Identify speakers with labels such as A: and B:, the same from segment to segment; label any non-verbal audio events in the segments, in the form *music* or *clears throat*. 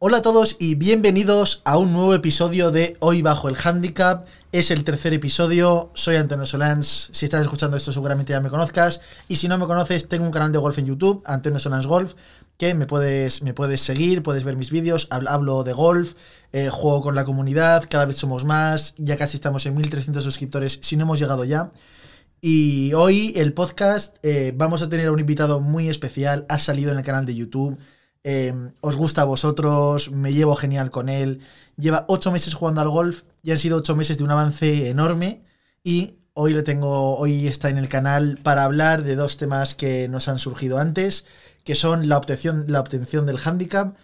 A: Hola a todos y bienvenidos a un nuevo episodio de Hoy Bajo el Handicap. Es el tercer episodio, soy Antonio Solans. Si estás escuchando esto seguramente ya me conozcas. Y si no me conoces, tengo un canal de golf en YouTube, Antonio Solans Golf, que me puedes, me puedes seguir, puedes ver mis vídeos, hab- hablo de golf, eh, juego con la comunidad, cada vez somos más, ya casi estamos en 1300 suscriptores, si no hemos llegado ya. Y hoy el podcast eh, vamos a tener a un invitado muy especial. Ha salido en el canal de YouTube. eh, os gusta a vosotros. Me llevo genial con él. Lleva ocho meses jugando al golf y han sido ocho meses de un avance enorme. Y hoy le tengo. Hoy está en el canal para hablar de dos temas que nos han surgido antes, que son la obtención, la obtención del handicap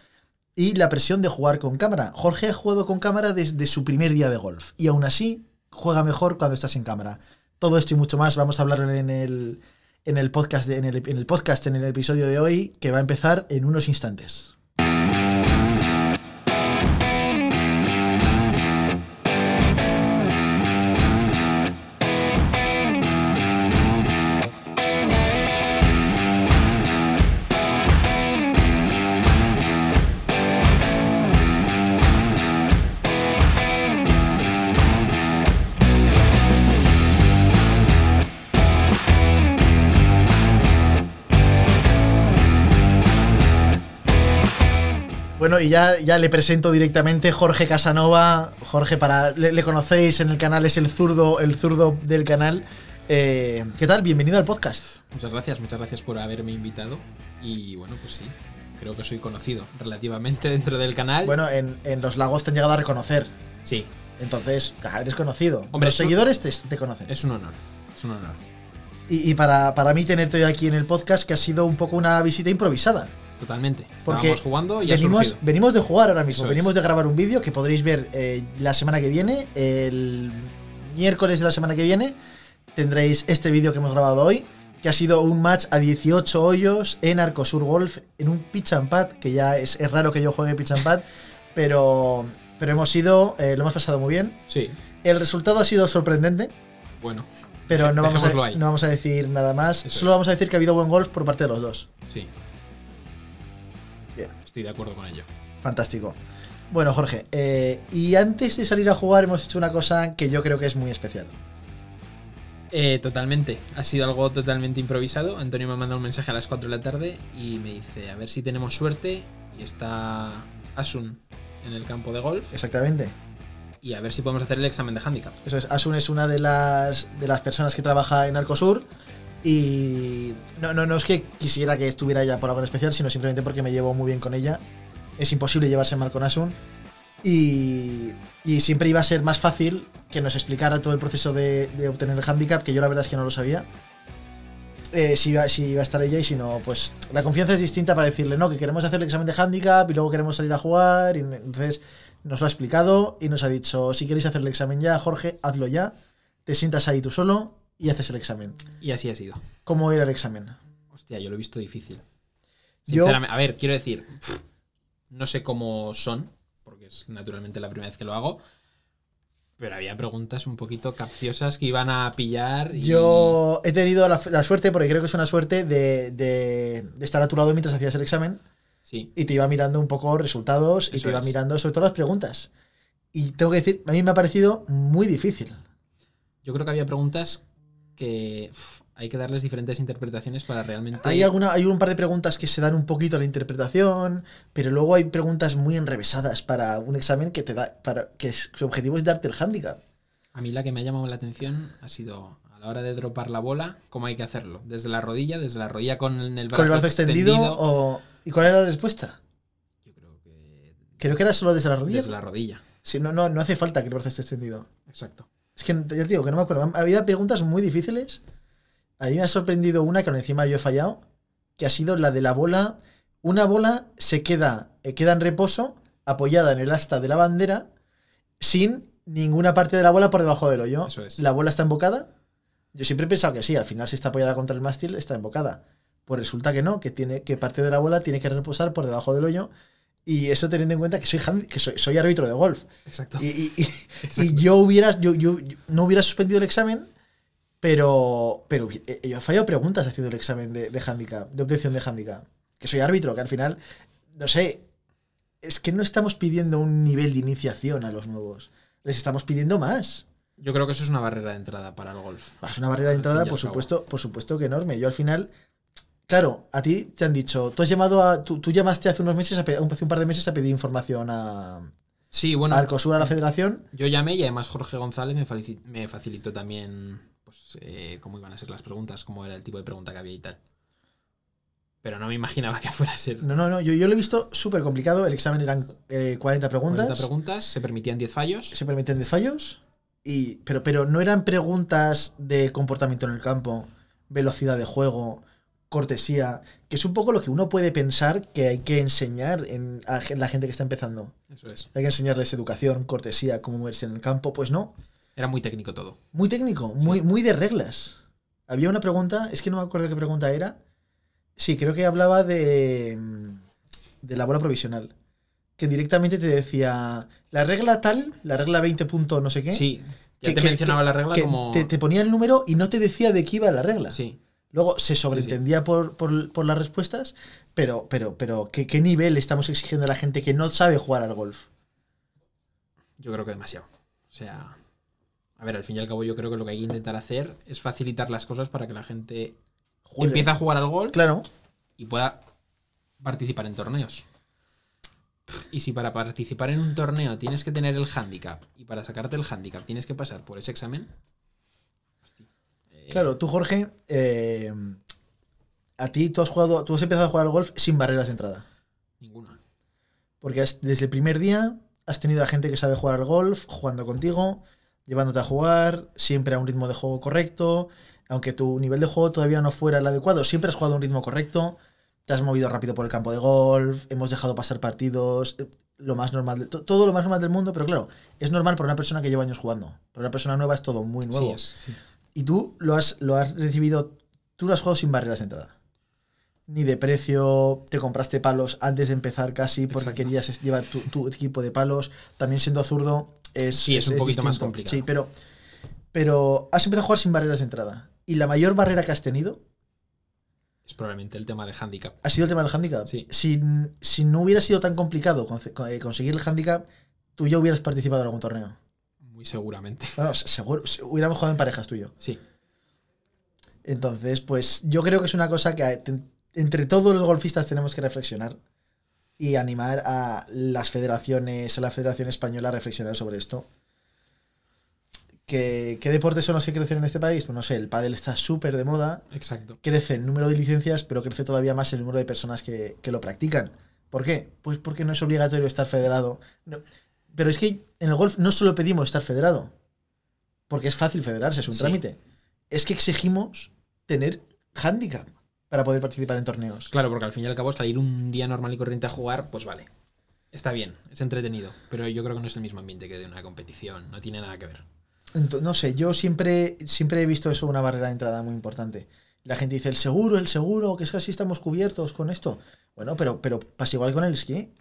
A: y la presión de jugar con cámara. Jorge ha jugado con cámara desde su primer día de golf y aún así juega mejor cuando está sin cámara. Todo esto y mucho más vamos a hablarlo en el, en el podcast, de- en, el, en el podcast, en el episodio de hoy que va a empezar en unos instantes. Bueno, y ya, ya le presento directamente Jorge Casanova. Jorge, para le, le conocéis en el canal, es el zurdo, el zurdo del canal. Eh, ¿Qué tal? Bienvenido al podcast.
B: Muchas gracias, muchas gracias por haberme invitado. Y bueno, pues sí, creo que soy conocido relativamente *laughs* dentro del canal.
A: Bueno, en, en los lagos te han llegado a reconocer.
B: sí,
A: Entonces, claro, eres conocido.
B: Hombre,
A: los
B: es un-
A: seguidores te, te conocen.
B: es un honor, es un honor.
A: Y, y para, para mí tenerte hoy aquí en el podcast, que ha sido un poco una visita improvisada.
B: Totalmente.
A: Porque
B: Estábamos jugando y ha
A: venimos,
B: surgido.
A: venimos de jugar ahora mismo,
B: Eso
A: venimos
B: es.
A: de grabar un vídeo que podréis ver eh, la semana que viene, el miércoles de la semana que viene tendréis este vídeo que hemos grabado hoy, que ha sido un match a 18 hoyos en Arcosur Golf, en un pitch and pad, que ya es, es raro que yo juegue pitch and pad, pero, pero hemos ido, eh, lo hemos pasado muy bien.
B: Sí,
A: El resultado ha sido sorprendente,
B: bueno,
A: pero no vamos, a,
B: Dejémoslo ahí.
A: no vamos a decir nada más,
B: Eso
A: solo
B: es.
A: vamos a decir que ha habido buen golf por parte de los dos.
B: sí.
A: Bien.
B: Estoy de acuerdo con ello.
A: Fantástico. Bueno, Jorge, eh, y antes de salir a jugar hemos hecho una cosa que yo creo que es muy especial.
B: Eh, totalmente. Ha sido algo totalmente improvisado. Antonio me ha mandado un mensaje a las 4 de la tarde y me dice, a ver si tenemos suerte. Y está Asun en el campo de golf
A: Exactamente.
B: y a ver si podemos hacer el examen de handicap.
A: Eso es, Asun es una de las, de las personas que trabaja en Arcosur y no, no, no es que quisiera que estuviera ella por algo en especial, sino simplemente porque me llevo muy bien con ella. Es imposible llevarse mal con Asun y, y siempre iba a ser más fácil que nos explicara todo el proceso de, de obtener el handicap, que yo la verdad es que no lo sabía. eh, si, iba, si iba a estar ella y si no, pues la confianza es distinta para decirle, no, que queremos hacer el examen de handicap y luego queremos salir a jugar. Y entonces nos lo ha explicado y nos ha dicho, si queréis hacer el examen ya, Jorge, hazlo ya. Te sientas ahí tú solo y haces el examen.
B: Y así ha sido.
A: ¿Cómo era el examen?
B: Hostia, yo lo he visto difícil.
A: Yo-
B: Sinceramente, a ver, quiero decir, pff, no sé cómo son, porque es naturalmente la primera vez que lo hago, pero había preguntas un poquito capciosas que iban a pillar. Y,
A: Yo he tenido la, la suerte, porque creo que es una suerte, de, de- de estar a tu lado mientras hacías el examen
B: Sí,
A: y te iba mirando un poco resultados y
B: Eso
A: te iba
B: es.
A: mirando sobre todo las preguntas. Y tengo que decir, a mí me ha parecido muy difícil.
B: yo creo que había preguntas que pff, hay que darles diferentes interpretaciones para realmente.
A: Hay, alguna, hay un par de preguntas que se dan un poquito a la interpretación, pero luego hay preguntas muy enrevesadas para un examen que te da para que es- su objetivo es darte el handicap.
B: A mí la que me ha llamado la atención ha sido a la hora de dropar la bola, cómo hay que hacerlo. Desde la rodilla, desde la rodilla con el brazo,
A: Con el brazo extendido, o- ¿Y cuál era la respuesta?
B: Yo creo que.
A: Creo que era solo desde la rodilla.
B: Desde la rodilla,
A: Sí, no, no, no hace falta que el brazo esté extendido.
B: exacto.
A: Es que ya te digo que no me acuerdo. Había preguntas muy difíciles. A mí me ha sorprendido una que encima yo he fallado, que ha sido la de la bola. Una bola se queda, eh, queda en reposo, apoyada en el asta de la bandera, sin ninguna parte de la bola por debajo del hoyo.
B: Eso es.
A: La bola está embocada. Yo siempre he pensado que sí, al final si está apoyada contra el mástil, está embocada. Pues resulta que no, que, tiene, que parte de la bola tiene que reposar por debajo del hoyo. Y eso teniendo en cuenta que soy, hand- que soy, soy árbitro de golf.
B: Exacto.
A: Y, y-
B: *laughs*
A: y- y yo hubiera, yo, yo- yo no hubiera suspendido el examen, pero, pero hubi- eh, yo he fallado preguntas haciendo el examen de, de handicap, de obtención de handicap. Que soy árbitro, que al final, no sé, es que no estamos pidiendo un nivel de iniciación a los nuevos. Les estamos pidiendo más.
B: Yo creo que eso es una barrera de entrada para el golf.
A: Es una barrera de
B: Al
A: entrada,
B: fin y al
A: por
B: cabo.
A: supuesto, por supuesto que enorme. Yo al final, claro, a ti te han dicho, tú has llamado a, tú, tú llamaste hace unos meses, a pe- hace un par de meses a pedir información a,
B: Sí, bueno,
A: a Arcosur, a la Federación.
B: yo llamé y además Jorge González me, falici- me facilitó también pues, eh, cómo iban a ser las preguntas, cómo era el tipo de pregunta que había y tal. Pero no me imaginaba que fuera a ser
A: No, no, no, yo, yo lo he visto súper complicado. El examen eran eh, 40 preguntas.
B: 40 preguntas, se permitían 10 fallos.
A: se permiten desfallos. Y, pero, pero no eran preguntas de comportamiento en el campo, velocidad de juego, cortesía, que es un poco lo que uno puede pensar que hay que enseñar en, a gen- la gente que está empezando.
B: Eso es.
A: Hay que enseñarles educación, cortesía, cómo moverse en el campo. Pues no,
B: Era muy técnico todo.
A: muy técnico, muy, muy de reglas. Había una pregunta, es que no me acuerdo qué pregunta era. Sí, creo que hablaba de, mm, de la bola provisional. Que directamente te decía, la regla tal, la regla 20 punto no sé qué,
B: Sí, ya
A: Que-
B: te
A: que-
B: mencionaba la regla
A: que
B: como.
A: te, te ponía el número y no te decía de qué iba la regla.
B: Sí,
A: Luego se sobreentendía Por, por- por las respuestas, pero, pero, pero ¿qué, qué nivel estamos exigiendo a la gente que no sabe jugar al golf?
B: yo creo que demasiado. O sea. A ver, al fin y al cabo, yo creo que lo que hay que intentar hacer es facilitar las cosas para que la gente
A: Juegue.
B: empiece a jugar al golf
A: Claro,
B: y pueda participar en torneos. Y si para participar en un torneo tienes que tener el handicap y para sacarte el handicap tienes que pasar por ese examen. hostia, eh,
A: claro. Tú, Jorge, eh, a ti tú has jugado, tú has empezado a jugar al golf sin barreras de entrada.
B: Ninguna.
A: Porque has- desde el primer día has tenido a gente que sabe jugar al golf, jugando contigo, llevándote a jugar, siempre a un ritmo de juego correcto. Aunque tu nivel de juego todavía no fuera el adecuado, siempre has jugado a un ritmo correcto. Te has movido rápido por el campo de golf, hemos dejado pasar partidos, eh, lo más normal, de- to- todo lo más normal del mundo, pero claro, es normal para una persona que lleva años jugando. Para una persona nueva es todo muy nuevo.
B: Sí, es- sí.
A: Y tú lo has, lo has recibido, tú lo has jugado sin barreras de entrada. Ni de precio, te compraste palos antes de empezar casi porque
B: Exacto.
A: querías es- llevar tu, tu equipo de palos. También siendo zurdo es,
B: Sí, es un poquito más
A: distinto.
B: complicado.
A: Sí, pero, pero has empezado a jugar sin barreras de entrada. Y la mayor barrera que has tenido
B: Es probablemente el tema de handicap.
A: ha sido el tema del handicap.
B: Sí.
A: Si, si no hubiera sido tan complicado conce- con- eh, conseguir el handicap, tú ya hubieras participado en algún torneo.
B: Muy seguramente.
A: Bueno, se- seguro, se- hubiéramos jugado en parejas tú y yo.
B: Sí.
A: Entonces, pues yo creo que es una cosa que te- entre todos los golfistas tenemos que reflexionar y animar a las federaciones, a la Federación Española a reflexionar sobre esto. ¿Qué, qué deportes son los que crecen en este país? Pues no sé, el pádel está súper de moda,
B: Exacto.
A: crece el número de licencias, pero crece todavía más el número de personas que, que lo practican. ¿Por qué? Pues porque no es obligatorio estar federado. No. Pero es que en el golf no solo pedimos estar federado, porque es fácil federarse, es un
B: Sí.
A: trámite. Es que exigimos tener handicap para poder participar en torneos.
B: Claro, porque al fin y al cabo salir un día normal y corriente a jugar, pues vale. Está bien, es entretenido, pero yo creo que no es el mismo ambiente que de una competición, no tiene nada que ver.
A: Ento- no sé, yo siempre, siempre he visto eso una barrera de entrada muy importante. La gente dice, el seguro, el seguro, que es que así estamos cubiertos con esto. Bueno, pero, pero pasa igual con el esquí.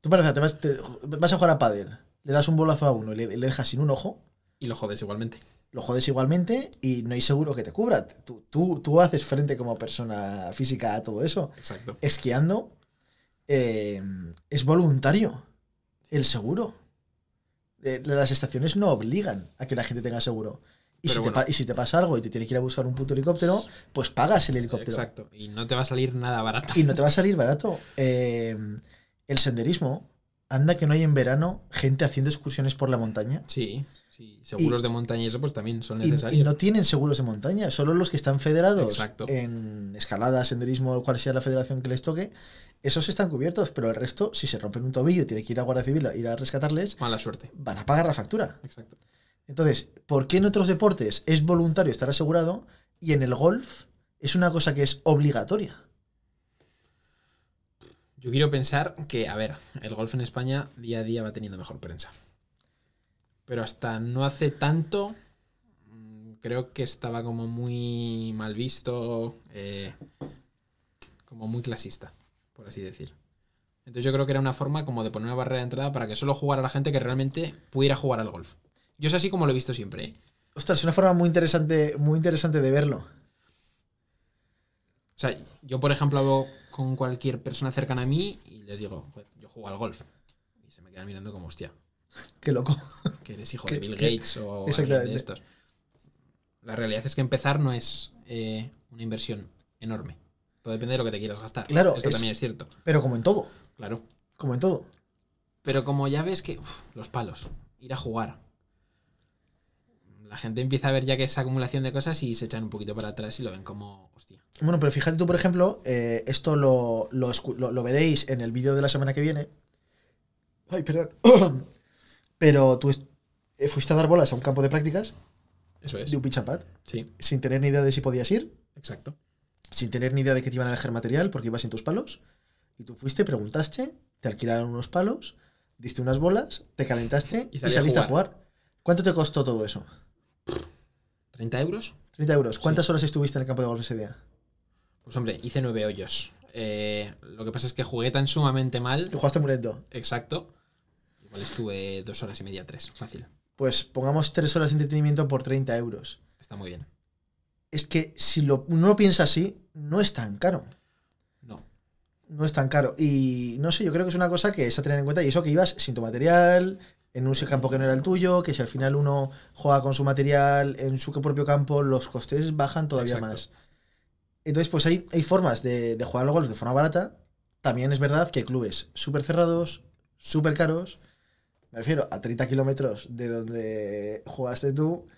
A: Tú para empezar, te vas, te- vas a jugar a pádel, le das un bolazo a uno y le, le dejas sin un ojo,
B: Y lo jodes igualmente.
A: lo jodes igualmente y no hay seguro que te cubra. Tú, tú, tú haces frente como persona física a todo eso.
B: Exacto.
A: Esquiando eh, es voluntario el seguro. Eh, las estaciones no obligan a que la gente tenga seguro. Y
B: Pero
A: si,
B: bueno.
A: te pa- y si te pasa algo y te tiene que ir a buscar un puto helicóptero, pues pagas el helicóptero.
B: Exacto. Y no te va a salir nada barato.
A: Y no te va a salir barato. Eh, el senderismo, anda que no hay en verano gente haciendo excursiones por la montaña.
B: Sí, sí. Seguros de montaña y eso pues también son
A: Y,
B: necesarios.
A: y no tienen seguros de montaña, solo los que están federados
B: Exacto.
A: en escalada, senderismo, o cual sea la federación que les toque, esos están cubiertos, pero el resto, si se rompen un tobillo y tiene que ir a Guardia Civil a ir a rescatarles,
B: Mala suerte.
A: van a pagar la factura.
B: Exacto.
A: Entonces, ¿por qué en otros deportes es voluntario estar asegurado y en el golf es una cosa que es obligatoria?
B: Yo quiero pensar que, a ver, el golf en España día a día va teniendo mejor prensa. Pero hasta no hace tanto, mm, creo que estaba como muy mal visto, eh, como muy clasista, por así decir. Entonces yo creo que era una forma como de poner una barrera de entrada para que solo jugara la gente que realmente pudiera jugar al golf. Yo es así como lo he visto siempre. ¿eh?
A: Ostras, es una forma muy interesante, muy interesante de verlo.
B: O sea, yo por ejemplo hablo con cualquier persona cercana a mí y les digo, "Joder, yo juego al golf. Y se me quedan mirando como, hostia,
A: Qué loco.
B: que eres hijo
A: Que-
B: de Bill
A: que-
B: Gates o alguien
A: exactamente.
B: de estos. La realidad es que empezar no es eh, una inversión enorme. Todo depende de lo que te quieras gastar.
A: Claro,
B: Esto
A: es-
B: también es cierto.
A: Pero como en todo,
B: Claro.
A: como en todo.
B: Pero como ya ves que. uf, los palos. Ir a jugar. La gente empieza a ver ya que es acumulación de cosas y se echan un poquito para atrás y lo ven como. Hostia.
A: Bueno, pero fíjate tú, por ejemplo, eh, esto lo, lo escu- lo- lo veréis en el vídeo de la semana que viene. Ay, perdón. *clears throat* Pero tú es- eh, fuiste a dar bolas a un campo de prácticas
B: Eso es.
A: de un pichapat
B: Sí,
A: sin tener ni idea de si podías ir,
B: exacto.
A: sin tener ni idea de que te iban a dejar material porque ibas sin tus palos. Y tú fuiste, preguntaste, te alquilaron unos palos, diste unas bolas, te calentaste
B: Y
A: y,
B: salí a
A: saliste a jugar. ¿Cuánto te costó todo eso?
B: ¿30 euros?
A: 30 euros. ¿Cuántas horas estuviste en el campo de golf ese día?
B: Pues hombre, hice nueve hoyos. Eh, lo que pasa es que jugué tan sumamente mal.
A: Tú jugaste muy lento.
B: Exacto. Igual estuve dos horas y media, tres. Fácil.
A: Pues pongamos 3 horas de entretenimiento por 30 euros.
B: Está muy bien.
A: es que si lo, uno lo piensa así, no es tan caro.
B: No.
A: No es tan caro. Y no sé, yo creo que es una cosa que es a tener en cuenta. Y eso que ibas sin tu material, en un campo que no era el tuyo, que si al final uno juega con su material en su propio campo, los costes bajan todavía
B: Exacto.
A: más. Entonces, pues hay, hay formas de, de jugar al golf de forma barata. También es verdad que hay clubes súper cerrados, súper caros. Me refiero a 30 kilómetros de donde jugaste tú.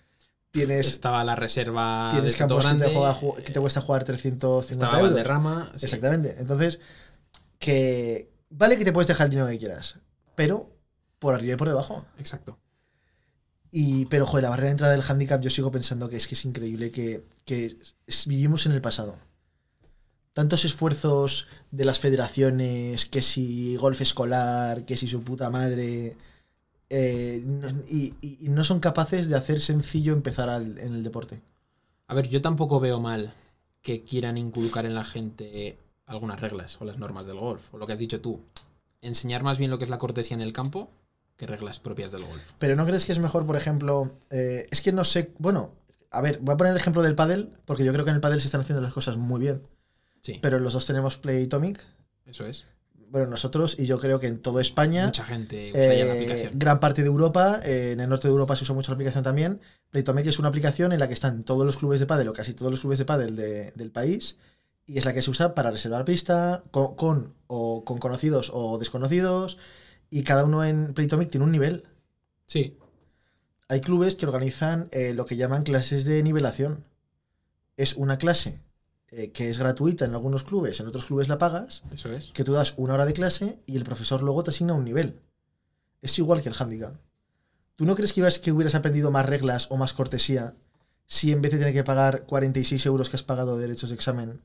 A: Tienes
B: Estaba la reserva.
A: tienes
B: de Soto
A: campos que te,
B: Grande,
A: juega- ju- que te
B: eh,
A: cuesta jugar 350
B: Ah, Estaba
A: euros.
B: Valderrama. sí.
A: Exactamente. Entonces, que vale que te puedes dejar el dinero que quieras, pero por arriba y por debajo.
B: Exacto.
A: Y, pero, joder, la barrera de entrada del handicap yo sigo pensando que es que es increíble que, que es- vivimos en el pasado. Tantos esfuerzos de las federaciones, que si golf escolar, que si su puta madre, eh, no- y, y- y no son capaces de hacer sencillo empezar al- en el deporte.
B: A ver, yo tampoco veo mal que quieran inculcar en la gente algunas reglas o las normas del golf, o lo que has dicho tú. Enseñar más bien lo que es la cortesía en el campo que reglas propias del golf.
A: Pero ¿no crees que es mejor, por ejemplo, eh, es que no sé, bueno, a ver, voy a poner el ejemplo del pádel, porque yo creo que en el pádel se están haciendo las cosas muy bien,
B: Sí,
A: pero los dos tenemos Playtomic,
B: eso es.
A: bueno, nosotros y yo creo que en toda España,
B: Mucha gente usa ya la
A: eh,
B: aplicación.
A: gran parte de Europa, eh, en el norte de Europa se usa mucho la aplicación también, Playtomic es una aplicación en la que están todos los clubes de pádel o casi todos los clubes de pádel de- del país y es la que se usa para reservar pista con, con o con conocidos o desconocidos y cada uno en Playtomic tiene un nivel.
B: Sí,
A: hay clubes que organizan eh, lo que llaman clases de nivelación. Es una clase eh, que es gratuita en algunos clubes, en otros clubes la pagas,
B: eso es.
A: que tú das una hora de clase y el profesor luego te asigna un nivel. Es igual que el handicap. ¿Tú no crees que, ibas, que hubieras aprendido más reglas o más cortesía si en vez de tener que pagar 46 euros que has pagado de derechos de examen,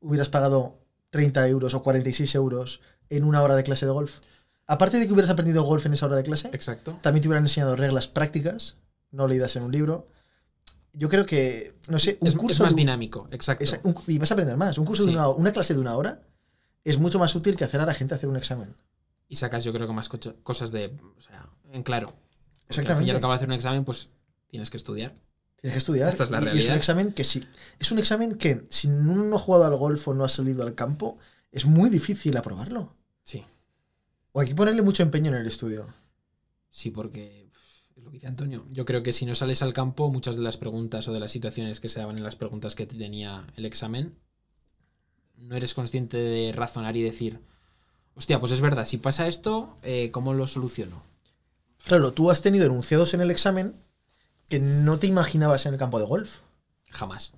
A: hubieras pagado 30 euros o 46 euros en una hora de clase de golf? Aparte de que hubieras aprendido golf en esa hora de clase,
B: Exacto.
A: también te hubieran enseñado reglas prácticas, no leídas en un libro. Yo creo que, no sé, un
B: Es, es
A: curso.
B: más
A: de un-
B: dinámico, exacto.
A: es- un- y vas a aprender más. Un curso
B: Sí.
A: de una, una clase de una hora es mucho más útil que hacer a la gente hacer un examen.
B: Y sacas yo creo que más cocho- cosas de... O sea, en claro. Porque Al fin y
A: Exactamente.
B: al cabo de hacer un examen, pues tienes que estudiar.
A: Tienes que estudiar.
B: Esta es la
A: y- y es
B: realidad.
A: un examen que sí. Es un examen que, si uno no ha jugado al golf o no ha salido al campo, es muy difícil aprobarlo.
B: Sí,
A: O hay que ponerle mucho empeño en el estudio.
B: sí, porque uf, es lo que dice Antonio. Yo creo que si no sales al campo, muchas de las preguntas o de las situaciones que se daban en las preguntas que tenía el examen, no eres consciente de razonar y decir, hostia, pues es verdad, si pasa esto, eh, ¿cómo lo soluciono?
A: Claro, tú has tenido enunciados en el examen que no te imaginabas en el campo de golf.
B: Jamás.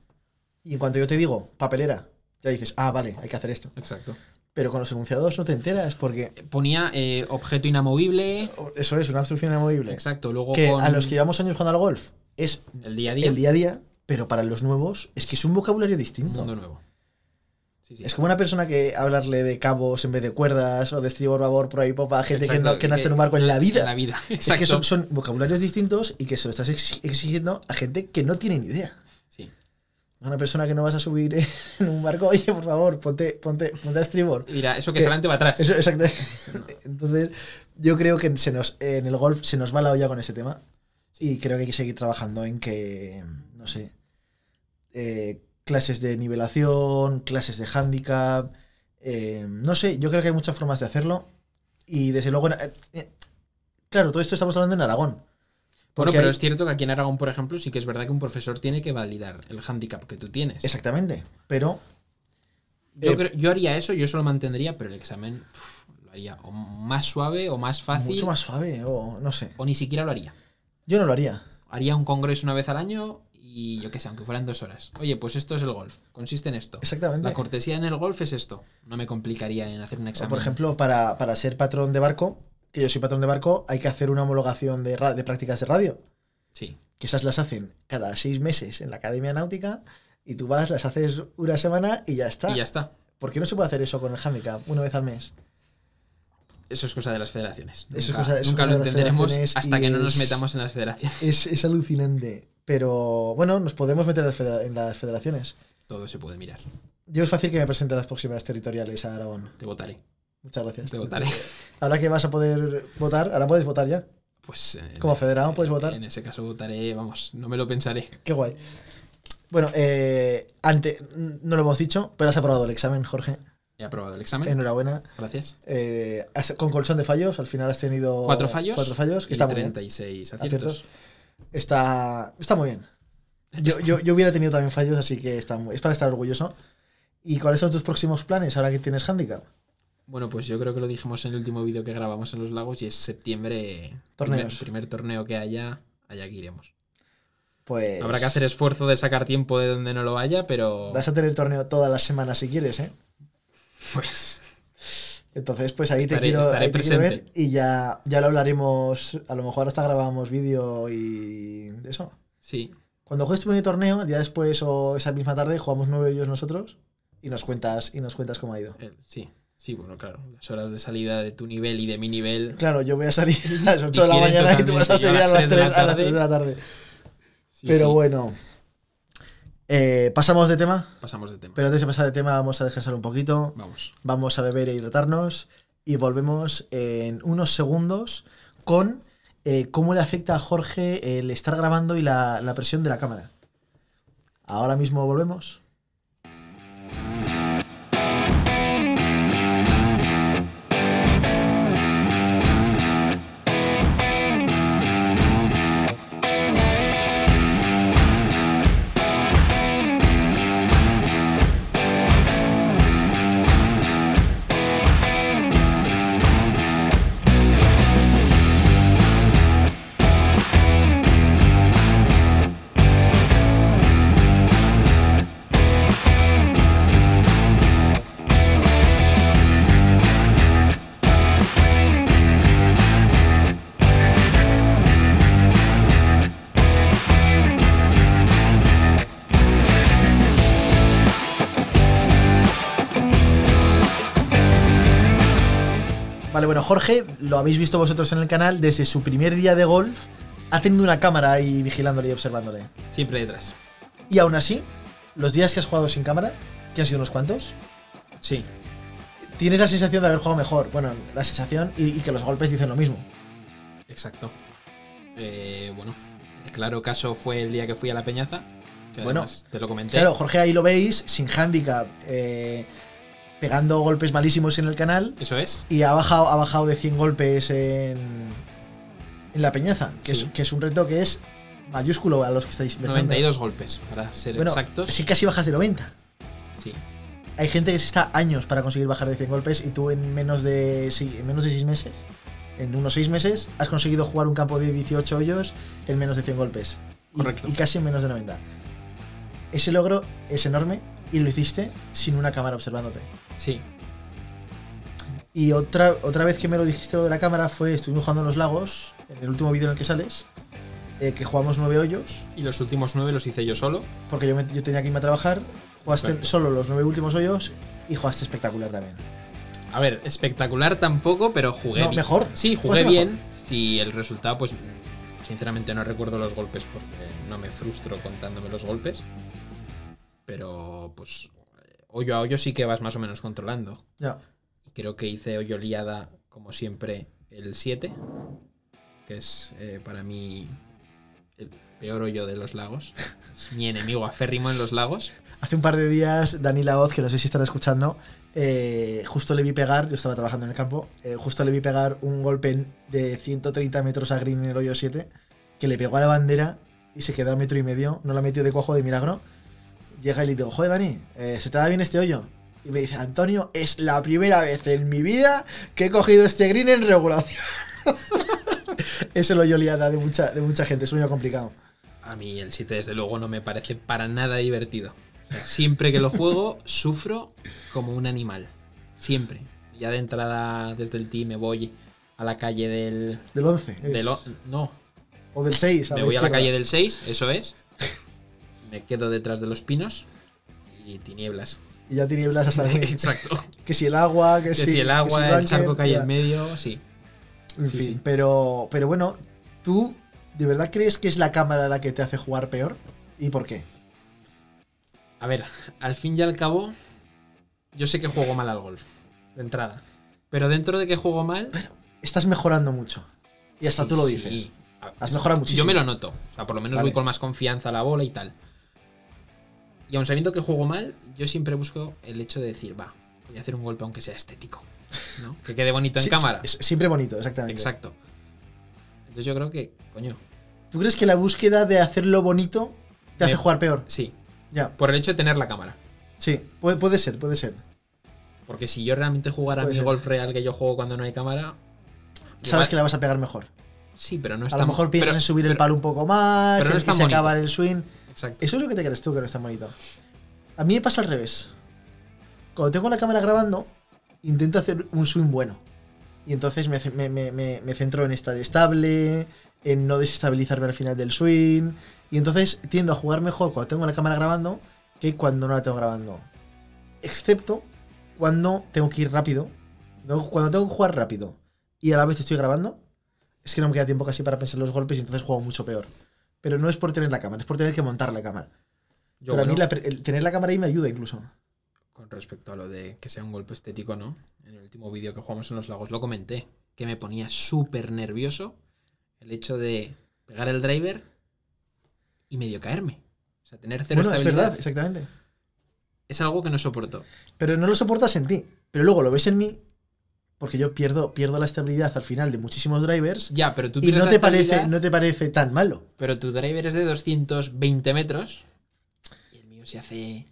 A: Y en cuanto yo te digo, papelera, ya dices, ah, vale, hay que hacer esto.
B: Exacto.
A: Pero con los enunciados no te enteras porque
B: Ponía eh, objeto inamovible.
A: eso es una abstracción inamovible.
B: Exacto, luego
A: Eh, Que
B: con
A: a los que llevamos años jugando al golf es
B: el día a día,
A: el día a día, pero para los nuevos es que es un vocabulario
B: un
A: distinto.
B: mundo nuevo. Sí, sí.
A: Es como una persona que hablarle de cabos en vez de cuerdas o de estribor, babor, por ahí, popa, gente que
B: Exacto,
A: no, que no esté en un barco en la vida.
B: En la vida.
A: es
B: Exacto.
A: que son, son vocabularios distintos y que se lo estás ex- exigiendo a gente que no tiene ni idea.
B: Sí.
A: A una persona que no vas a subir *laughs* en un barco, oye, por favor, ponte, ponte, ponte a estribor.
B: Mira, eso que
A: Que-
B: es adelante va atrás.
A: Eh, Eso, exacto. *laughs* Entonces, yo creo que se nos, en el golf se nos va la olla con este tema. Y creo que hay que seguir trabajando en que, no sé, eh, clases de nivelación, clases de handicap. eh, no sé, yo creo que hay muchas formas de hacerlo. Y desde luego, eh, eh, claro, todo esto estamos hablando en Aragón.
B: Bueno,
A: Porque
B: pero
A: hay-
B: es cierto que aquí en Aragón, por ejemplo, sí que es verdad que un profesor tiene que validar el hándicap que tú tienes.
A: Exactamente, pero
B: Yo,
A: Eh,
B: creo- yo haría eso, yo eso lo mantendría, pero el examen pf, lo haría o más suave o más fácil
A: mucho más suave, o no sé.
B: o ni siquiera lo haría.
A: Yo no lo haría.
B: Haría un congreso una vez al año y yo qué sé, aunque fueran dos horas. Oye, pues esto es el golf, consiste en esto.
A: Exactamente.
B: La cortesía en el golf es esto. No me complicaría en hacer un
A: O,
B: examen.
A: por ejemplo, para, para ser patrón de barco, que yo soy patrón de barco, hay que hacer una homologación de, ra- de prácticas de radio.
B: Sí.
A: Que esas las hacen cada seis meses en la Academia Náutica y tú vas, las haces una semana y ya está.
B: Y ya está.
A: ¿Por qué no se puede hacer eso con el handicap una vez al mes?
B: Eso es cosa de las federaciones.
A: Eso es
B: nunca
A: cosa- eso
B: nunca
A: es cosa
B: lo
A: de las
B: entenderemos
A: federaciones
B: hasta
A: y
B: que no nos
A: es-
B: metamos en las federaciones. *laughs*
A: Es, es alucinante. Pero bueno, nos podemos meter en las federa- en las federaciones.
B: Todo se puede mirar.
A: Yo es fácil que me presente a las próximas territoriales a Aragón.
B: Te votaré.
A: Muchas gracias. *laughs*
B: Te votaré.
A: Ahora que vas a poder votar, ahora puedes votar ya.
B: Pues. eh,
A: Como federado puedes votar.
B: En ese caso votaré, vamos, no me lo pensaré.
A: Qué guay. Bueno, eh, ante- no lo hemos dicho, pero has aprobado el examen, Jorge.
B: He aprobado el examen.
A: Enhorabuena.
B: Gracias.
A: Eh, has- con colchón de fallos, al final has tenido
B: Cuatro fallos.
A: Cuatro fallos, que
B: y
A: está muy bien.
B: 36 aciertos.
A: Está, está muy bien. Yo, yo- yo hubiera tenido también fallos, así que está muy- es para estar orgulloso. ¿Y cuáles son tus próximos planes ahora que tienes handicap?
B: Bueno, pues yo creo que lo dijimos en el último vídeo que grabamos en los lagos y es septiembre.
A: Torneos.
B: Primer, primer torneo que haya, allá que iremos.
A: Pues
B: Habrá que hacer esfuerzo de sacar tiempo de donde no lo haya, pero.
A: Vas a tener torneo todas las semanas si quieres, ¿eh?
B: Pues.
A: Entonces, pues ahí
B: Estaré-
A: te quiero,
B: estaré
A: ahí te quiero ver
B: presente.
A: y ya, ya lo hablaremos. A lo mejor hasta grabamos vídeo y eso.
B: Sí.
A: Cuando juegues tu primer torneo, ya después o esa misma tarde jugamos nueve ellos nosotros y nos cuentas y nos cuentas cómo ha ido.
B: eh, sí. Sí, bueno, claro. Las horas de salida de tu nivel y de mi nivel.
A: Claro, yo voy a salir a las 8 de la
B: Difieren
A: mañana y tú vas a
B: totalmente, yo
A: salir a las 3 de la tarde.
B: tarde. Sí,
A: Pero
B: sí,
A: bueno, Eh, pasamos de tema,
B: Pasamos de tema.
A: pero antes de pasar de tema vamos a descansar un poquito,
B: Vamos.
A: vamos a beber e hidratarnos y volvemos en unos segundos con eh, cómo le afecta a Jorge el estar grabando y la, la presión de la cámara. Ahora mismo volvemos. Vale, bueno, Jorge, lo habéis visto vosotros en el canal, desde su primer día de golf ha tenido una cámara ahí vigilándole y observándole.
B: Siempre detrás.
A: Y aún así, los días que has jugado sin cámara, que han sido unos cuantos,
B: Sí.
A: tienes la sensación de haber jugado mejor. Bueno, la sensación y, y que los golpes dicen lo mismo.
B: Exacto. Eh, bueno, el claro caso fue el día que fui a la Peñaza. que
A: Bueno,
B: además te lo comenté.
A: Claro, Jorge ahí lo veis, sin handicap, eh, pegando golpes malísimos en el canal
B: Eso es.
A: y ha bajado, ha bajado de 100 golpes en, en la peñaza, que,
B: Sí.
A: es, que es un reto que es mayúsculo a los que estáis empezando.
B: 92 golpes, para ser
A: Bueno,
B: exactos.
A: sí casi bajas de 90.
B: Sí.
A: Hay gente que se está años para conseguir bajar de 100 golpes y tú en menos de, sí, en menos de 6 meses, en unos 6 meses, has conseguido jugar un campo de 18 hoyos en menos de 100 golpes. Y-
B: Correcto.
A: Y, casi en menos de 90. Ese logro es enorme y lo hiciste sin una cámara observándote.
B: Sí.
A: Y otra, otra vez que me lo dijiste lo de la cámara fue, estuvimos jugando en los lagos, en el último vídeo en el que sales, eh, que jugamos 9 hoyos,
B: Y los últimos nueve los hice yo solo.
A: porque yo, me- yo tenía que irme a trabajar, jugaste
B: Perfecto.
A: solo los 9 últimos hoyos y jugaste espectacular también.
B: A ver, espectacular tampoco, pero jugué
A: No,
B: bien.
A: mejor.
B: Sí,
A: Fuese
B: jugué
A: mejor.
B: bien. Y el resultado, pues, sinceramente no recuerdo los golpes porque no me frustro contándome los golpes. Pero, pues, hoyo a hoyo sí que vas más o menos controlando.
A: Ya.
B: Y creo que hice hoyo liada, como siempre, el 7, que es eh, para mí el peor hoyo de los lagos. Es mi enemigo aférrimo en los lagos.
A: Hace un par de días, Danila Oz, que no sé si estará escuchando, eh, justo le vi pegar, yo estaba trabajando en el campo, eh, justo le vi pegar un golpe en- de 130 metros a green en el hoyo 7, que le pegó a la bandera y se quedó a metro y medio, no la metió de cuajo de milagro. Llega y le digo, joder, Dani, eh, ¿se te da bien este hoyo? Y me dice, Antonio, es la primera vez en mi vida que he cogido este green en regulación. *laughs* es el hoyo liada de mucha, de mucha gente, es un hoyo complicado.
B: A mí el 7 desde luego no me parece para nada divertido. O sea, siempre que lo juego *laughs* sufro como un animal. Siempre. Ya de entrada desde el tee me voy a la calle del...
A: Del 11. es.
B: del o- no,
A: o del 6.
B: me voy a la calle del 6, eso es. Me quedo detrás de los pinos y tinieblas.
A: Y ya tinieblas hasta
B: *laughs*
A: la
B: Exacto.
A: que si el agua, que,
B: Que
A: si,
B: si el agua,
A: que si
B: el
A: bunker,
B: charco que hay
A: ya.
B: en medio, sí.
A: En
B: sí,
A: fin,
B: sí.
A: Pero, pero bueno, ¿tú de verdad crees que es la cámara la que te hace jugar peor? ¿Y por qué?
B: A ver, al fin y al cabo, yo sé que juego mal al golf, de entrada. Pero dentro de que juego mal,
A: Estás mejorando mucho. Y hasta
B: Sí,
A: tú lo
B: sí.
A: dices.
B: A-
A: Has mejorado muchísimo.
B: Yo me lo noto. O sea, por lo menos
A: Vale.
B: voy con más confianza a la bola y tal. Y aun sabiendo que juego mal, yo siempre busco el hecho de decir, va, voy a hacer un golpe aunque sea estético. ¿no? Que quede bonito en
A: Sí,
B: cámara.
A: sí, es siempre bonito, exactamente.
B: Exacto. Entonces yo creo que, coño,
A: ¿Tú crees que la búsqueda de hacerlo bonito te
B: Me-
A: hace jugar peor?
B: sí.
A: Ya,
B: Por el hecho de tener la cámara.
A: sí. Puede, puede ser, puede ser.
B: Porque si yo realmente jugara
A: Puede
B: mi
A: ser.
B: golf real que yo juego cuando no hay cámara.
A: Sabes
B: igual-
A: que la vas a pegar mejor.
B: Sí, pero no
A: A
B: está
A: lo mejor piensas
B: pero-
A: en subir el
B: pero-
A: palo un poco más,
B: pero no
A: en
B: es
A: que
B: tan
A: se
B: bonito.
A: acaba en el swing.
B: Exacto.
A: Eso es lo que te crees tú que no es tan bonito. A mí me pasa al revés. Cuando tengo la cámara grabando, intento hacer un swing bueno. Y entonces me, ce- me- me- me- me centro en estar estable, en no desestabilizarme al final del swing. Y entonces tiendo a jugar mejor cuando tengo la cámara grabando que cuando no la tengo grabando. Excepto cuando tengo que ir rápido. No, Cuando tengo que jugar rápido y a la vez estoy grabando, es que no me queda tiempo casi para pensar los golpes y entonces juego mucho peor. Pero no es por tener la cámara, es por tener que montar la cámara.
B: Yo,
A: Pero a mí
B: bueno,
A: la pre- el tener la cámara ahí me ayuda incluso.
B: Con respecto a lo de que sea un golpe estético, ¿no? En el último vídeo que jugamos en los lagos lo comenté, que me ponía súper nervioso el hecho de pegar el driver y medio caerme. O sea, tener cero
A: bueno, es
B: estabilidad
A: verdad, exactamente.
B: es algo que no soporto.
A: Pero no lo soportas en ti. Pero luego lo ves en mí, porque yo pierdo, pierdo la estabilidad al final de muchísimos drivers.
B: Ya, pero tú
A: Y
B: tienes
A: no
B: la
A: te, parece,
B: estabilidad,
A: no te parece tan malo.
B: pero tu driver es de 220 metros y el mío se hace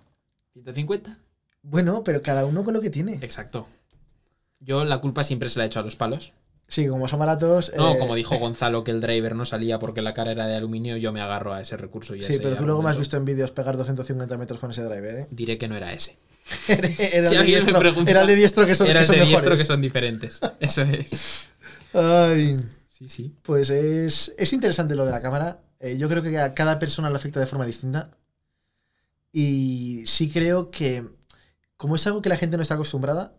B: 150.
A: Bueno, pero cada uno con lo que tiene.
B: Exacto. Yo la culpa siempre se la he hecho a los palos.
A: Sí, como son baratos.
B: No,
A: eh, *laughs*
B: como dijo Gonzalo que el driver no salía porque la cara era de aluminio, yo me agarro a ese recurso y a
A: Sí,
B: ese
A: pero tú luego me has
B: argumento.
A: visto en vídeos pegar 250 metros con ese driver, ¿eh? *laughs*
B: Diré que no era ese.
A: Era,
B: Si
A: el, de
B: alguien me
A: diestro,
B: pregunta-
A: era el de diestro que son, que
B: Era el
A: son
B: de diestro
A: mejores.
B: que son
A: *laughs*
B: diferentes. Eso es.
A: Ay.
B: Sí, sí.
A: Pues es, es interesante lo de la cámara. Eh, yo creo que a cada persona lo afecta de forma distinta. Y sí creo que, como es algo que la gente no está acostumbrada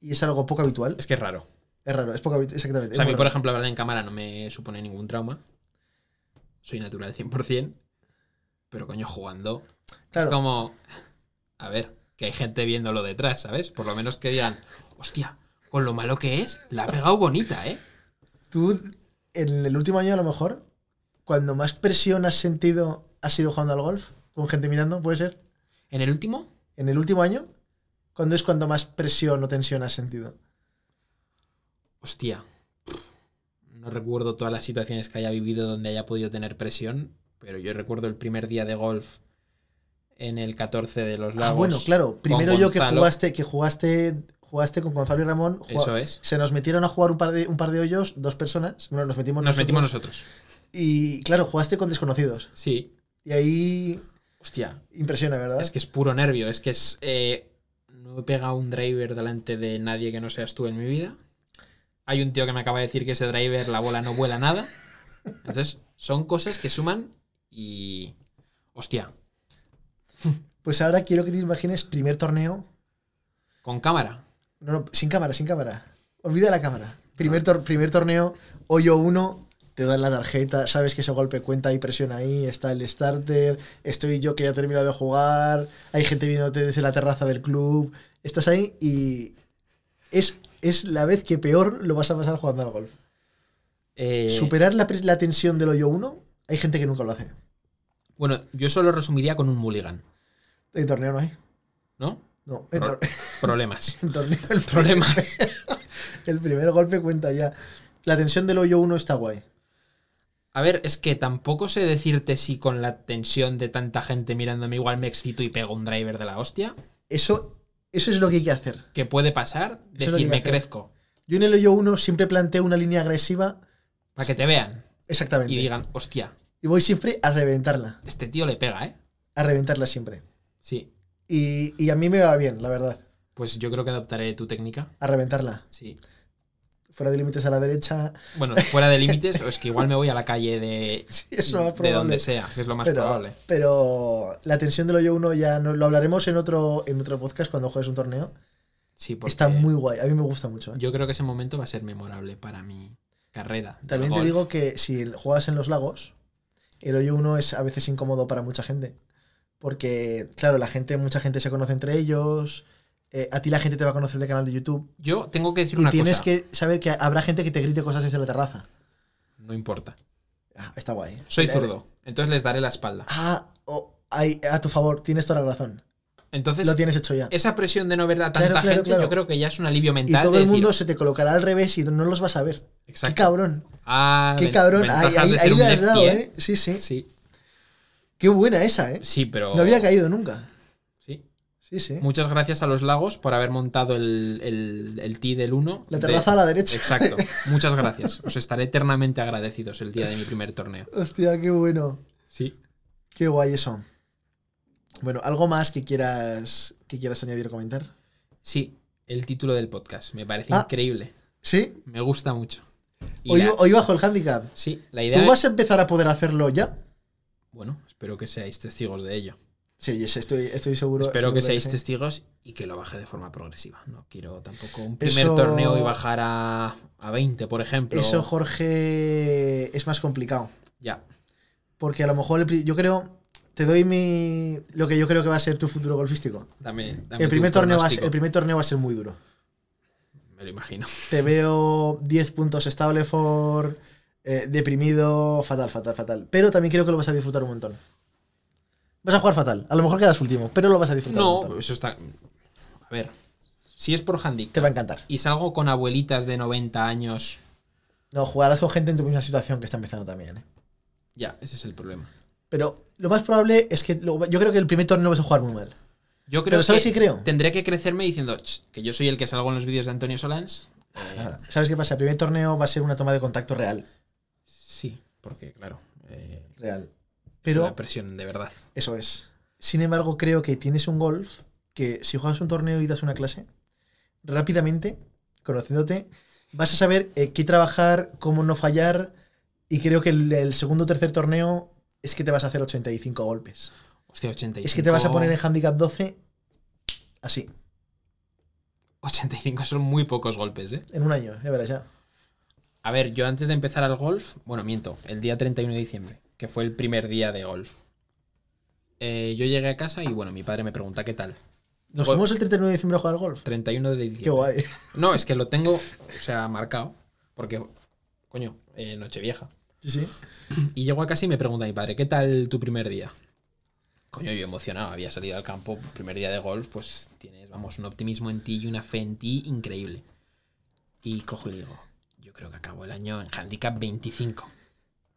A: y es algo poco habitual,
B: Es que es raro.
A: es raro, es poco habitual, exactamente.
B: O sea, a
A: es
B: mí,
A: muy
B: por
A: raro.
B: ejemplo, hablar en cámara no me supone ningún trauma. Soy natural 100%. Pero coño, jugando.
A: Claro.
B: Es como. A ver, que hay gente viéndolo detrás, ¿sabes? Por lo menos que digan, hostia, con lo malo que es, la ha pegado bonita, ¿eh?
A: Tú, en el último año a lo mejor, cuando más presión has sentido, has sido jugando al golf, con gente mirando, puede ser.
B: En el último,
A: En el último año, ¿cuándo es cuando más presión o tensión has sentido?
B: hostia. No recuerdo todas las situaciones que haya vivido donde haya podido tener presión, pero yo recuerdo el primer día de golf en el 14 de los lagos.
A: Ah, bueno, claro. Primero yo que
B: Gonzalo.
A: jugaste, que jugaste, jugaste con Gonzalo y Ramón. jugaba-
B: Eso es.
A: Se nos metieron a jugar un par de, un par de hoyos, dos personas. Bueno, nos metimos
B: Nos
A: nosotros.
B: metimos nosotros.
A: Y claro, jugaste con desconocidos.
B: Sí.
A: Y ahí
B: Hostia,
A: impresiona, ¿verdad?
B: es que es puro nervio. Es que es. eh, no he pegado un driver delante de nadie que no seas tú en mi vida. Hay un tío que me acaba de decir que ese driver, la bola no vuela nada. Entonces, son cosas que suman y. Hostia,
A: Pues ahora quiero que te imagines primer torneo.
B: con cámara.
A: No, no, sin cámara, sin cámara. Olvida la cámara. Primer, tor- primer torneo, hoyo uno, te dan la tarjeta, sabes que ese golpe cuenta, hay presión ahí, está el starter, estoy yo que ya he terminado de jugar, hay gente viéndote desde la terraza del club, estás ahí y es, es la vez que peor lo vas a pasar jugando al golf.
B: Eh,
A: Superar la, pres- la tensión del hoyo uno Hay gente que nunca lo hace.
B: Bueno, yo solo resumiría con un mulligan,
A: En torneo no hay.
B: ¿no?
A: No, en, tor- *laughs*
B: Problemas.
A: en torneo
B: *laughs*
A: el,
B: Problemas.
A: *laughs* el primer golpe cuenta ya. La tensión del hoyo 1 está guay.
B: A ver, es que tampoco sé decirte si con la tensión de tanta gente mirándome igual me excito y pego un driver de la hostia.
A: Eso, eso es lo que hay que hacer.
B: que puede pasar,
A: Eso es lo que
B: decir
A: iba a
B: me
A: hacer.
B: crezco,
A: Yo en el hoyo 1 siempre planteo una línea agresiva.
B: para que te vean
A: Exactamente.
B: y
A: Y,
B: digan, hostia,
A: voy siempre a reventarla.
B: este tío le pega, ¿eh?
A: A reventarla siempre.
B: Sí,
A: Y, y a mí me va bien, la verdad.
B: pues yo creo que adaptaré tu técnica.
A: A reventarla.
B: Sí.
A: Fuera de límites a la derecha. *laughs*
B: Bueno, fuera de límites, o es que igual me voy a la calle de,
A: Sí, es lo más
B: de
A: probable.
B: donde sea, que es lo más
A: pero,
B: probable.
A: pero la tensión del hoyo 1 ya no, lo hablaremos en otro, en otro podcast cuando juegues un torneo.
B: Sí, porque
A: Está muy guay. A mí me gusta mucho. ¿eh?
B: Yo creo que ese momento va a ser memorable para mi carrera. de
A: También te
B: golf.
A: digo que si juegas en los lagos, el hoyo 1 es a veces incómodo para mucha gente. Porque, claro, la gente, mucha gente se conoce entre ellos. eh, a ti la gente te va a conocer del canal de YouTube.
B: Yo tengo que decir
A: Y
B: una
A: tienes
B: cosa.
A: que saber que habrá gente que te grite cosas desde la terraza.
B: No importa.
A: Ah, está guay. ¿eh?
B: Soy
A: Eh,
B: zurdo, entonces les daré la espalda.
A: Ah, oh, ay, a tu favor, tienes toda la razón.
B: Entonces,
A: Lo tienes hecho ya.
B: esa presión de no ver a tanta
A: Claro, claro,
B: gente,
A: claro.
B: yo creo que ya es un alivio
A: Y
B: mental.
A: todo
B: de
A: el mundo
B: decir,
A: se te colocará al revés y no los vas a ver. Qué
B: Exacto.
A: cabrón.
B: Ah,
A: Qué
B: ven-
A: cabrón. Ahí,
B: ventajas
A: ahí,
B: de ser
A: ahí
B: un
A: le has
B: lefty,
A: dado,
B: ¿eh?
A: ¿eh? Sí, sí.
B: Sí,
A: Qué buena esa, ¿eh?
B: sí, pero.
A: No había caído nunca.
B: Sí.
A: Sí, sí.
B: Muchas gracias a los lagos por haber montado el, el, el tee del 1.
A: La terraza a la derecha.
B: Exacto. Muchas gracias. Os estaré eternamente agradecidos el día de mi primer torneo.
A: *laughs* Hostia, qué bueno.
B: Sí.
A: Qué guay eso. Bueno, ¿algo más que quieras que quieras añadir o comentar?
B: Sí, el título del podcast. Me parece
A: Ah.
B: increíble.
A: ¿Sí?
B: Me gusta mucho. Y
A: Hoy,
B: la-
A: hoy bajo el handicap.
B: sí, la idea.
A: ¿Tú vas a empezar a poder hacerlo ya?
B: Bueno, espero que seáis testigos de ello.
A: Sí, yo sé, estoy, estoy seguro.
B: espero
A: estoy
B: que este
A: seguro
B: seáis
A: sí.
B: testigos y que lo baje de forma progresiva. No quiero tampoco un primer
A: Eso-
B: torneo y bajar a, a 20, por ejemplo.
A: Eso, Jorge, es más complicado.
B: Ya.
A: Porque a lo mejor el pri- yo creo. Te doy mi. lo que yo creo que va a ser tu futuro golfístico.
B: Dame, dame
A: El
B: tu
A: primer, torneo va a ser-
B: pronóstico.
A: el primer torneo va a ser muy duro.
B: Me lo imagino.
A: Te veo 10 puntos estable for. eh, deprimido, fatal, fatal, fatal. Pero también creo que lo vas a disfrutar un montón. Vas a jugar fatal. A lo mejor quedas último, pero lo vas a disfrutar un
B: No,
A: montón.
B: eso está. A ver, si es por
A: Te
B: handicap
A: va a encantar.
B: y salgo con abuelitas de 90 años,
A: No, jugarás con gente en tu misma situación que está empezando también. ¿eh?
B: ya, ese es el problema.
A: Pero lo más probable es que. lo- yo creo que el primer torneo vas a jugar muy mal.
B: Yo creo
A: Pero ¿sabes
B: que
A: qué creo?
B: tendré que crecerme diciendo "Ch, que yo soy el que salgo en los vídeos de Antonio Solans. Eh,
A: Nada. ¿Sabes qué pasa? El primer torneo va a ser una toma de contacto real.
B: sí, porque claro, eh, es
A: Real. Pero.
B: una presión de verdad.
A: Eso es. Sin embargo, creo que tienes un golf que si juegas un torneo y das una clase, rápidamente, conociéndote, vas a saber eh, qué trabajar, cómo no fallar. Y creo que el, el segundo o tercer torneo es que te vas a hacer 85 golpes.
B: Hostia, 85.
A: Es que te vas a poner en handicap 12 así,
B: 85 son muy pocos golpes, ¿eh?
A: en un año, ya verás ya.
B: A ver, yo antes de empezar al golf, bueno, miento, el día 31 de diciembre, que fue el primer día de golf. eh, yo llegué a casa y bueno, mi padre me pregunta qué tal. Pues,
A: Nos
B: Gol-
A: fuimos el 39 de diciembre a jugar al golf.
B: 31 de diciembre.
A: Qué guay.
B: No, es que lo tengo, o sea, marcado. Porque, coño, eh, Nochevieja.
A: Sí, sí.
B: Y llego a casa y me pregunta mi padre, ¿qué tal tu primer día? Coño, yo emocionado, había salido al campo, primer día de golf, pues tienes, vamos, un optimismo en ti y una fe en ti increíble. Y cojo y le digo, yo creo que acabo el año en handicap 25.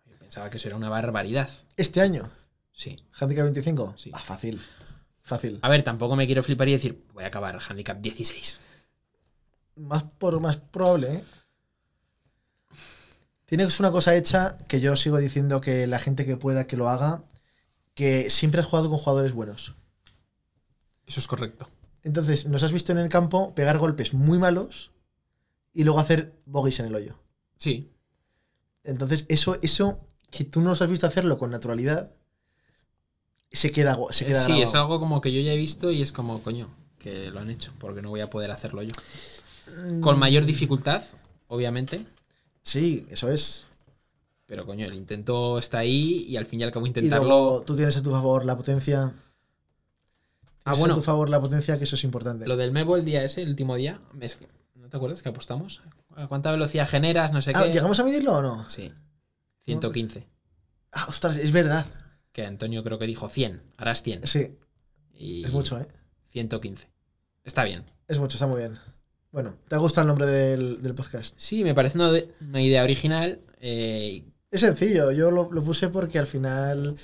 B: Yo pensaba que eso era una barbaridad.
A: Este año,
B: Sí.
A: handicap 25.
B: Sí.
A: Ah, fácil. Fácil.
B: A ver, tampoco me quiero flipar y decir, voy a acabar handicap 16.
A: más por más probable, ¿eh? Tienes una cosa hecha que yo sigo diciendo que la gente que pueda que lo haga, que siempre has jugado con jugadores buenos.
B: Eso es correcto.
A: Entonces, nos has visto en el campo pegar golpes muy malos y luego hacer bogies en el hoyo.
B: Sí.
A: Entonces, eso, eso que tú nos has visto hacerlo con naturalidad, se queda, gu- se
B: Eh,
A: queda
B: sí,
A: grabado.
B: es algo como que yo ya he visto y es como, coño, que lo han hecho, porque no voy a poder hacerlo yo.
A: Mm,
B: Con mayor dificultad, obviamente,
A: Sí, eso es.
B: pero coño, el intento está ahí y al fin y al cabo
A: Y
B: intentarlo.
A: luego tú tienes a tu favor la potencia.
B: Ah,
A: Tienes
B: bueno.
A: a tu favor la potencia, que eso es importante.
B: Lo del Mebo el día ese, el último día, me- es que- ¿no te acuerdas que apostamos? ¿A cuánta velocidad generas? No sé
A: Ah,
B: qué.
A: ¿Llegamos a medirlo o no?
B: Sí, 115.
A: Ah, ostras, es verdad.
B: Que Antonio creo que dijo 100, harás 100.
A: Sí,
B: Y
A: es mucho, ¿eh?
B: 115. Está bien.
A: Es mucho, está muy bien. Bueno, ¿te gusta el nombre del, del podcast?
B: Sí, me parece una, de- una idea original. eh,
A: Es sencillo, yo lo, lo puse porque al final.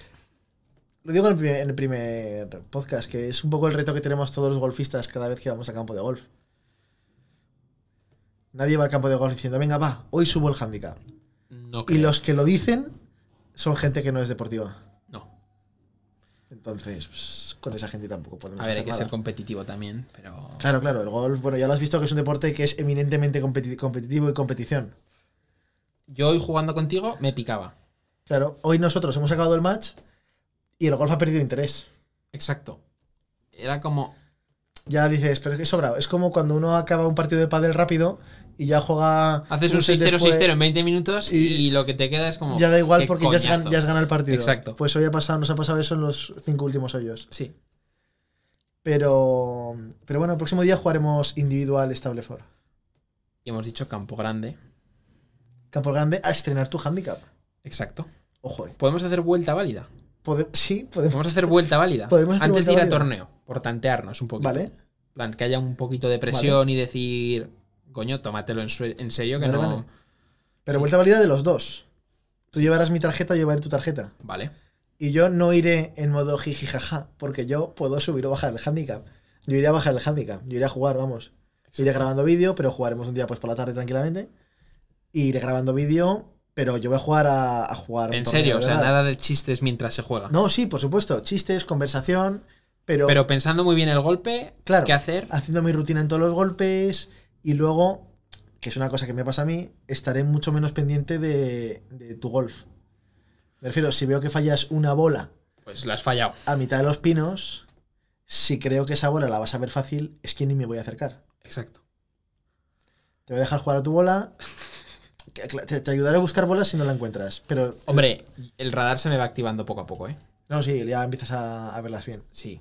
A: Lo digo en el, primer, en el primer podcast, que es un poco el reto que tenemos todos los golfistas cada vez que vamos al campo de golf. Nadie va al campo de golf diciendo, venga, va, hoy subo el handicap.
B: no
A: Y
B: creo.
A: los que lo dicen son gente que no es deportiva.
B: No.
A: Entonces, pues, con esa gente tampoco podemos
B: A ver, hay
A: hacer
B: que
A: nada.
B: ser competitivo también, pero.
A: Claro, claro, el golf, bueno, ya lo has visto que es un deporte que es eminentemente competi- competitivo y competición.
B: Yo hoy jugando contigo me picaba.
A: Claro, hoy nosotros hemos acabado el match y el golf ha perdido interés.
B: Exacto. Era como.
A: Ya dices, pero es que he sobrado. Es como cuando uno acaba un partido de pádel rápido y ya juega.
B: Haces un
A: set
B: 6-0,
A: después,
B: 6-0 en 20 minutos y,
A: y-
B: lo que te queda es como.
A: Ya da igual
B: "Qué
A: porque ya has, gan-
B: coñazo".
A: ya has ganado el partido.
B: Exacto.
A: Pues hoy ha pasado, nos ha pasado eso en los cinco últimos hoyos.
B: Sí.
A: Pero, pero bueno, el próximo día jugaremos individual Stableford.
B: Y hemos dicho campo grande.
A: Campo Grande a estrenar tu handicap.
B: Exacto.
A: Ojo, eh.
B: Podemos hacer vuelta válida.
A: Pode- sí, podemos.
B: Podemos hacer vuelta válida.
A: Podemos hacer
B: Antes de ir
A: vuelta
B: a
A: válida.
B: torneo, por tantearnos un poquito.
A: Vale.
B: En plan, que haya un poquito de presión y decir, coño, tómatelo en, sue- en serio, que
A: Vale,
B: no.
A: vale. Pero vuelta válida de los dos. Tú llevarás mi tarjeta, yo llevaré tu tarjeta.
B: Vale.
A: Y yo no iré en modo jijijaja, porque yo puedo subir o bajar el handicap. Yo iré a bajar el handicap, yo iré a jugar, vamos. Iré grabando vídeo, pero jugaremos un día pues por la tarde tranquilamente. Y iré grabando vídeo, pero yo voy a jugar a, a jugar. un
B: En
A: torneo
B: serio,
A: de
B: o sea,
A: verdad.
B: nada de chistes mientras se juega.
A: No, sí, por supuesto. Chistes, conversación, pero,
B: Pero pensando muy bien el golpe,
A: Claro. Ah.
B: qué hacer.
A: haciendo mi rutina en todos los golpes. Y luego, que es una cosa que me pasa a mí, estaré mucho menos pendiente de, de tu golf. Me refiero, si veo que fallas una bola
B: Pues lo has fallado.
A: a mitad de los pinos, si creo que esa bola la vas a ver fácil, es que ni me voy a acercar.
B: Exacto.
A: Te voy a dejar jugar a tu bola. que- que Te, te ayudaré a buscar bolas si no la encuentras. Pero,
B: Hombre, el radar se me va activando poco a poco, ¿eh?
A: no, sí, ya empiezas a, a verlas bien.
B: Sí.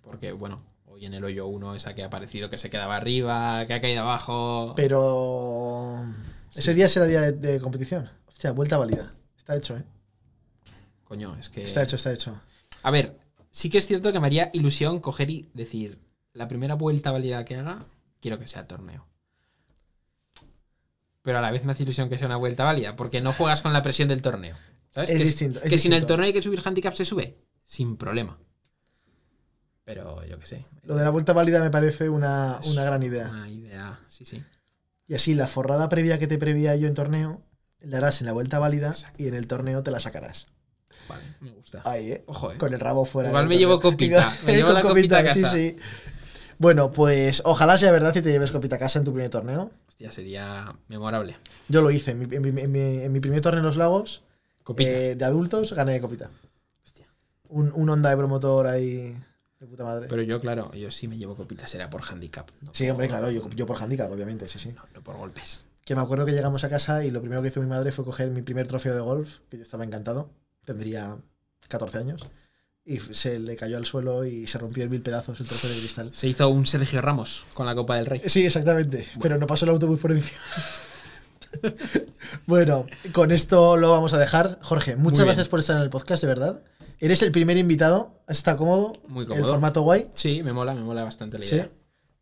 B: Porque, bueno, hoy en el hoyo uno esa que ha aparecido que se quedaba arriba, que ha caído abajo.
A: Pero. Ese día será día de, de competición. Hostia, vuelta válida. Está hecho, ¿eh?
B: Coño, es que.
A: Está hecho, está hecho.
B: A ver, sí que es cierto que me haría ilusión coger y decir, la primera vuelta válida que haga, quiero que sea torneo. Pero a la vez me hace ilusión que sea una vuelta válida, porque no juegas con la presión del torneo. ¿Sabes?
A: Es
B: que
A: distinto, es
B: que si en el
A: distinto.
B: torneo hay que subir handicap, se sube. Sin problema. Pero yo qué sé.
A: Lo de la vuelta válida me parece una,
B: Es
A: una gran idea.
B: Una idea. Sí, sí.
A: Y así, la forrada previa que te prevía yo en torneo, la harás en la vuelta válida
B: Exacto.
A: y en el torneo te la sacarás.
B: Vale, me gusta.
A: Ahí, ¿eh?
B: Ojo, eh.
A: con el rabo fuera.
B: Igual
A: del
B: me llevo
A: torneo.
B: copita, me
A: *laughs*
B: llevo
A: Con
B: la copita a casa.
A: Sí, sí. Bueno, pues ojalá sea verdad si te lleves copita a casa en tu primer torneo.
B: Hostia, sería memorable.
A: Yo lo hice. En mi, en mi- en mi- en mi primer torneo en los lagos,
B: Copita.
A: eh, de adultos, gané copita.
B: Hostia.
A: Un, un Honda de promotor ahí de puta madre.
B: Pero yo, claro, yo sí me llevo copita, será por handicap. no
A: sí,
B: por-
A: hombre, claro, yo, yo por handicap, obviamente, sí, sí.
B: no- no por golpes.
A: Que me acuerdo que llegamos a casa y lo primero que hizo mi madre fue coger mi primer trofeo de golf, que yo estaba encantado, tendría 14 años, y se le cayó al suelo y se rompió en mil pedazos el trofeo de cristal.
B: Se hizo un Sergio Ramos con la Copa del Rey.
A: Sí, exactamente. Pero no pasó el autobús por encima. *laughs* bueno, con esto lo vamos a dejar. Jorge, muchas
B: bien.
A: gracias por estar en el podcast, de verdad. Eres el primer invitado. ¿Está cómodo?
B: Muy
A: El
B: cómodo.
A: formato guay.
B: Sí, me mola, me mola bastante la
A: Sí.
B: idea.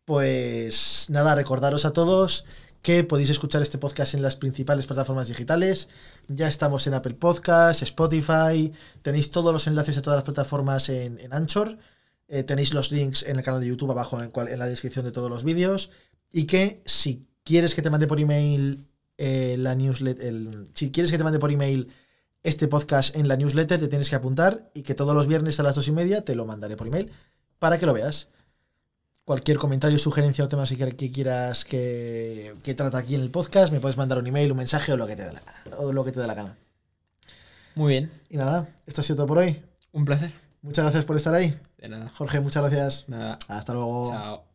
A: Pues nada, recordaros a todos que podéis escuchar este podcast en las principales plataformas digitales. Ya estamos en Apple Podcasts, Spotify. Tenéis todos los enlaces a todas las plataformas en, en Anchor. Eh, tenéis los links en el canal de YouTube abajo en, cual- en la descripción de todos los vídeos. Y que si quieres que te mande por email eh, la newsletter, el- si quieres que te mande por email este podcast en la newsletter, te tienes que apuntar y que todos los viernes a las dos y media te lo mandaré por email para que lo veas cualquier comentario, sugerencia o temas que, que quieras que, que trata aquí en el podcast, me puedes mandar un email, un mensaje o lo que te dé la, o lo que te dé la gana.
B: Muy bien,
A: Y nada, esto ha sido todo por hoy.
B: un placer.
A: Muchas gracias por estar ahí.
B: De nada.
A: Jorge, muchas gracias.
B: Nada.
A: Hasta luego.
B: Chao.